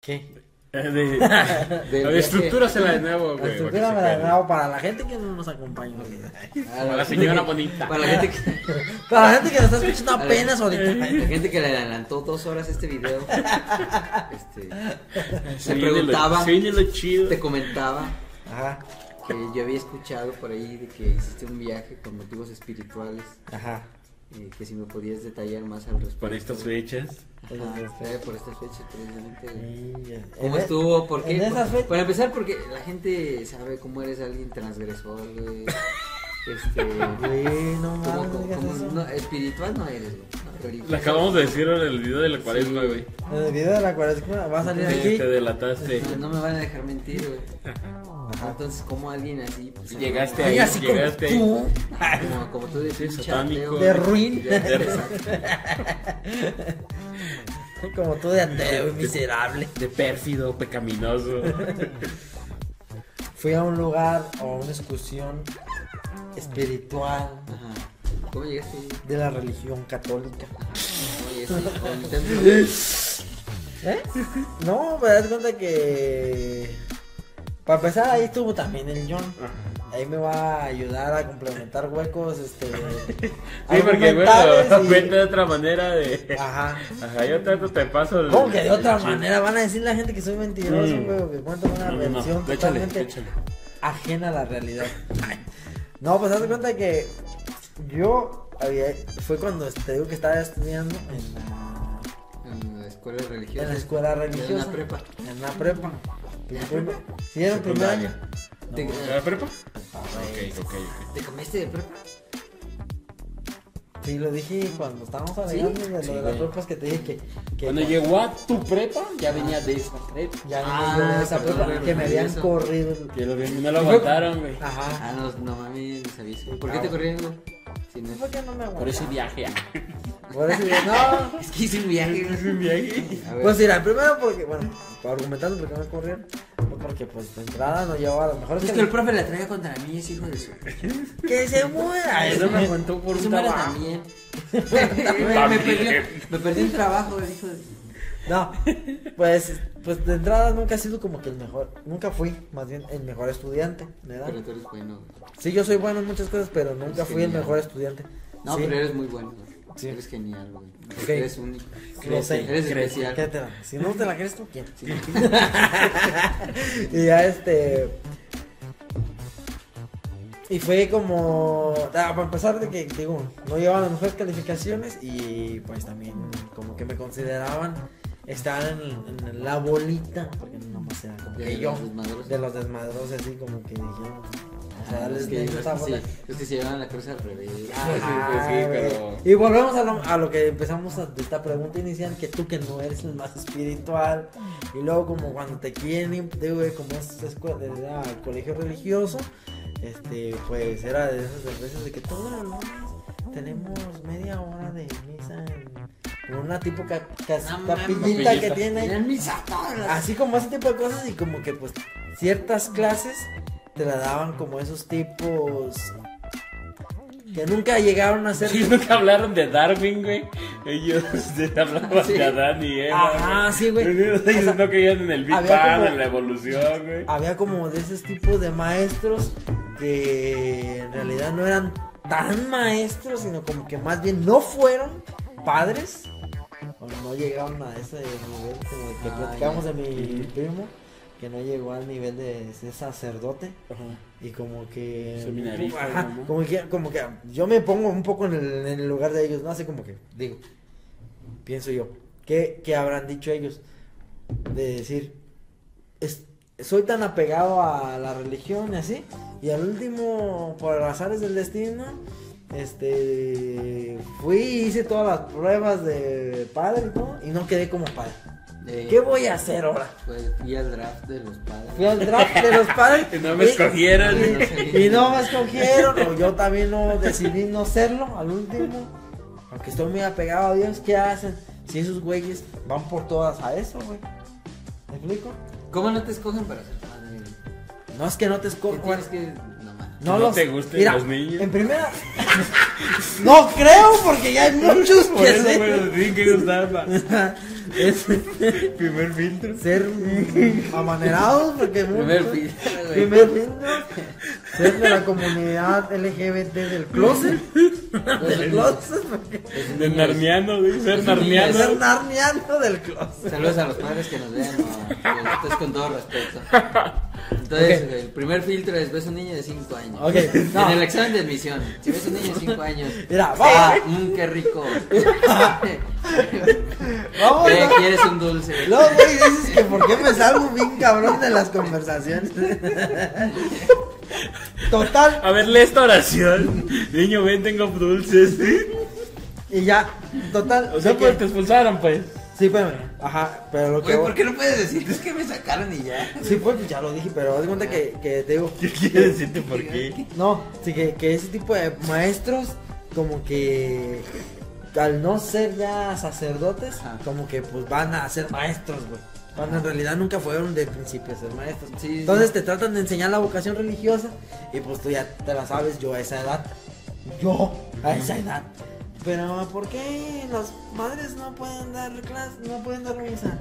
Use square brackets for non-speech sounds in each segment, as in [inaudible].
¿Qué? [laughs] Eh, de- a ver, Del viaje. estructúrasela de nuevo, güey. porque Estructura se me la cae. grabo para la gente que no nos acompaña. güey. A Para la Ah, gente señora que- bonita. Para la gente [laughs] que, Para la gente que nos está escuchando a la- apenas Eh, a ahorita. la gente que le adelantó dos horas este video. Este, Se se viene lo- preguntaba, Se viene lo chido. te comentaba. Ajá, que yo había escuchado por ahí de que hiciste un viaje con motivos espirituales, ajá. eh, que si me podías detallar más al respecto. Para estas fechas. Ajá, fue por estas fechas, precisamente. ¿Cómo ¿Cómo estuvo? ¿Por qué? Eh, En esas Por- fechas. Para empezar, porque la gente sabe cómo eres alguien transgresor, güey. Este. Güey, [laughs] como- no mames, no como- digas como- eso. no, espiritual no eres, güey. No, religioso. Lo acabamos de decir en el video de la cuaresma, güey. En el video de la cuaresma va a salir Eh, aquí. Te delataste. No, No me van a dejar mentir, güey. Entonces, ¿cómo alguien así? pues, Llegaste no, ahí, Y así como llegaste ahí. tú, Como, como tú de Sí, pinche satánico. ateo, de güey. ruin, Ya, exacto. [laughs] como tú de ateo y miserable. De pérfido, [laughs] pecaminoso. Fui a un lugar o a una excursión espiritual Ajá. ¿Cómo llegaste ahí? de la religión católica. Oye, sí, vomitando. [laughs] ¿Eh? No, me das cuenta que. Para empezar, ahí estuvo también el John. Ahí me va a ayudar a complementar [laughs] huecos, este. Sí, porque, bueno, [laughs] argumentales y- vente de otra manera de. Ajá. Ajá, yo tanto te paso. el- ¿Cómo que de otra el chip. manera? Van a decir la gente que soy mentiroso, Mm. güey, o que cuento una No, no, no, versión échale, totalmente échale. ajena a la realidad. No, pues hazte cuenta que yo había, fue cuando este, te digo que estaba estudiando en la, En la escuela religiosa. en la escuela religiosa. En la prepa. En la prepa. En primer- Sí, era en primer Secundaria. año. ¿Te, eh, ¿La prepa? Ah, Ok, güey. ok, ok. te comiste de prepa? Sí, lo dije cuando estábamos hablando de lo Sí, de las güey. prepas que te dije que. que Cuando llegó a tu prepa, ya venía de esa prepa. Ya Ah, venía yo de esa perdón, prepa güey, que me habían eso. corrido. el- Que lo, no lo aguantaron, güey. Ajá. Ah, no, no mames, no sabía eso. ¿Por qué Ah, te bueno. corrieron? güey? Si no- ¿Por qué no me aguantaron? Por ese viaje. ah. Por eso dije, no. Es que hice un viaje. güey. A ver, Pues mira, primero porque, bueno, argumentando porque me corrieron, fue porque pues de entrada no llevaba a lo mejor es que el profe la traía contra mí, es hijo de su. que se muera. Ay, [laughs] no me aguantó por Su un madre tabaco. también. Güey, me, perdió, me perdió el trabajo, el hijo de No, pues, pues de entrada nunca he sido como que el mejor, nunca fui, más bien el mejor estudiante, ¿verdad? Pero tú eres bueno. güey. Sí, yo soy bueno en muchas cosas, pero nunca Eres fui el genial. mejor estudiante. No, Sí, pero eres muy bueno. güey. Sí. Eres genial, güey. Ok. Eres único. lo sé. Eres Créete, especial. Ah, créetela. Si no te la crees tú, ¿quién? [laughs] y ya este. Y fue como. ah, para empezar, de que, digo, no llevaban las mejores calificaciones y pues también como que me consideraban estar en, en la bolita, porque nomás era como De que yo, los desmadrosos. de los desmadros, así como que dijeron, o sea, los darles que, de los esta que bola. se, los que se llevan la cruz al revés. Ah, Ajá, sí, güey. pero- Y volvemos a lo, a lo que empezamos a, de esta pregunta inicial, que tú que no eres el más espiritual, y luego como cuando te quieren, im- te- güey, como es escuela, era el colegio religioso, este, pues era de esas de veces de que todos los lunes tenemos media hora de misa en una tipo ca- ca- No capillita mames. que tiene ahí. Ah, Eran mis atorras. así como ese tipo de cosas y como que pues ciertas clases te la daban como esos tipos que nunca llegaron a ser [laughs] Sí, nunca hablaron de Darwin, güey. [laughs] Ellos este, hablaban Sí. de Adán y Eva. Ajá, sí, güey. Ellos O sea, no creían en el Big había Bang, como- en la evolución, güey. había como de esos tipos de maestros que en realidad no eran tan maestros, sino como que más bien no fueron padres o no llegaron a ese nivel como el que Ah, platicamos ya. de mi primo que no llegó al nivel de ser sacerdote Ah, y como que Seminarista, Ajá, ¿no? como que como que yo me pongo un poco en el, en el lugar de ellos no así como que digo pienso yo qué, qué habrán dicho ellos de decir es- soy tan apegado a la religión y así y al último por azares del destino este fui hice todas las pruebas de padre y todo y no quedé como padre Eh, qué voy a hacer ahora Pues fui al draft de los padres. Fui al draft de los padres. [laughs] Y no me escogieron. Y, y no me escogieron. O yo también no decidí no serlo al último. Aunque estoy muy apegado a Dios, ¿qué hacen? Si esos güeyes van por todas a eso, güey. ¿Me explico? ¿Cómo no te escogen para ser padre? No es que no ¿Qué te escojan. tienes que.? No ¿No mames. te gustan los niños? En primera. [laughs] no creo, porque ya hay [laughs] muchos Por que eso se- me los tienen que gustar, [laughs] pa. es- [laughs] Primer filtro. ser amanerados, porque. Primer muchos- filtro, güey. Primer filtro. Ser de la comunidad LGBT del closet. Del closet, porque. De narniano, güey. Ser Ser narniano. narniano del closet. Saludos a los padres que nos vean, mamá. Esto es con todo respeto. Entonces, Ok. el primer filtro es ves un niño de 5 años. Ok, no. En el examen de admisión, si ves un niño de 5 años, Mira, va. ah, mmm, qué [laughs] rico. Vamos, Eh, ¿no? ¿Quieres un dulce? No, güey, dices que por qué me salgo bien cabrón de las conversaciones. Total, A ver, lee esta oración. Niño, ven, tengo dulces. y ya, total. O sea, de pues que- te expulsaron, pues. Sí, espérame. Ajá, pero lo que. Güey, ¿por qué no puedes decir? Es que me sacaron y ya. Sí, pues ya lo dije, pero haz de cuenta que, que te digo. ¿Qué quieres decirte por qué? No, sí, que, que ese tipo de maestros, como que. Al no ser ya sacerdotes, Ajá. como que pues van a ser maestros, güey. Cuando en realidad nunca fueron de principio a ser maestros. Sí, sí. Entonces te tratan de enseñar la vocación religiosa y pues tú ya te la sabes yo a esa edad. Yo a esa edad. Pero ¿por qué las madres no pueden dar clases, no pueden dar misa?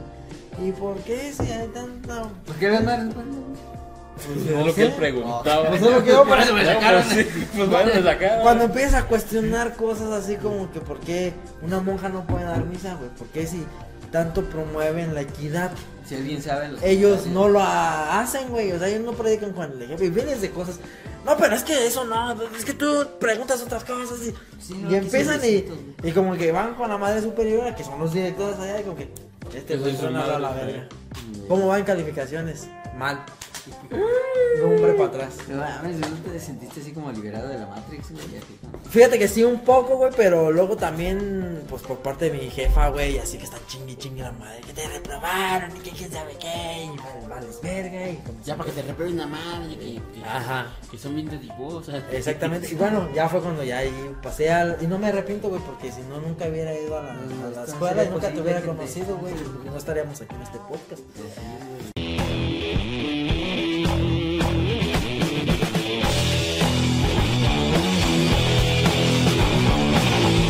¿Y por qué si hay tanta... pues, ¿Por qué las madres no pueden? Pues es lo que él preguntaba. Pues solo quedó Por eso [laughs] me No, sacaron. pues sí, Pues bueno, me sacaron. em- Cuando empiezas a cuestionar cosas así como que por qué una monja no puede dar misa, güey, por qué si tanto promueven la equidad, Si alguien sabe, los ellos no lo ha- hacen, güey, o sea, ellos no predican con el ejemplo y vienes de cosas. No, pero es que eso no, es que tú preguntas otras cosas y, Sí, no, y aquí sí empiezan y, besitos, y como que van con la madre superiora, que son los directores allá, y como que este Yo soy güey su suena a madre la superior. verga. ¿Cómo van calificaciones? [laughs] Mal. Hombre para atrás. No mames, ¿no te sentiste así como liberado de la Matrix? güey? Ya que- Fíjate que sí, un poco, güey, pero luego también, pues por parte de mi jefa, güey, así que está chingue chingue la madre, que te reprobaron y que quién sabe qué, y vale, vales verga, y como- Ya para que te reprueben la madre, que, que, Ajá. que son bien dadivosas. Exactamente, y bueno, ya fue cuando ya ahí pasé al. Y no me arrepiento, güey, porque si no, nunca hubiera ido a la, a la Entonces, escuela y era nunca te posible hubiera que te- conocido, güey, y no estaríamos aquí en este podcast. Sí, güey.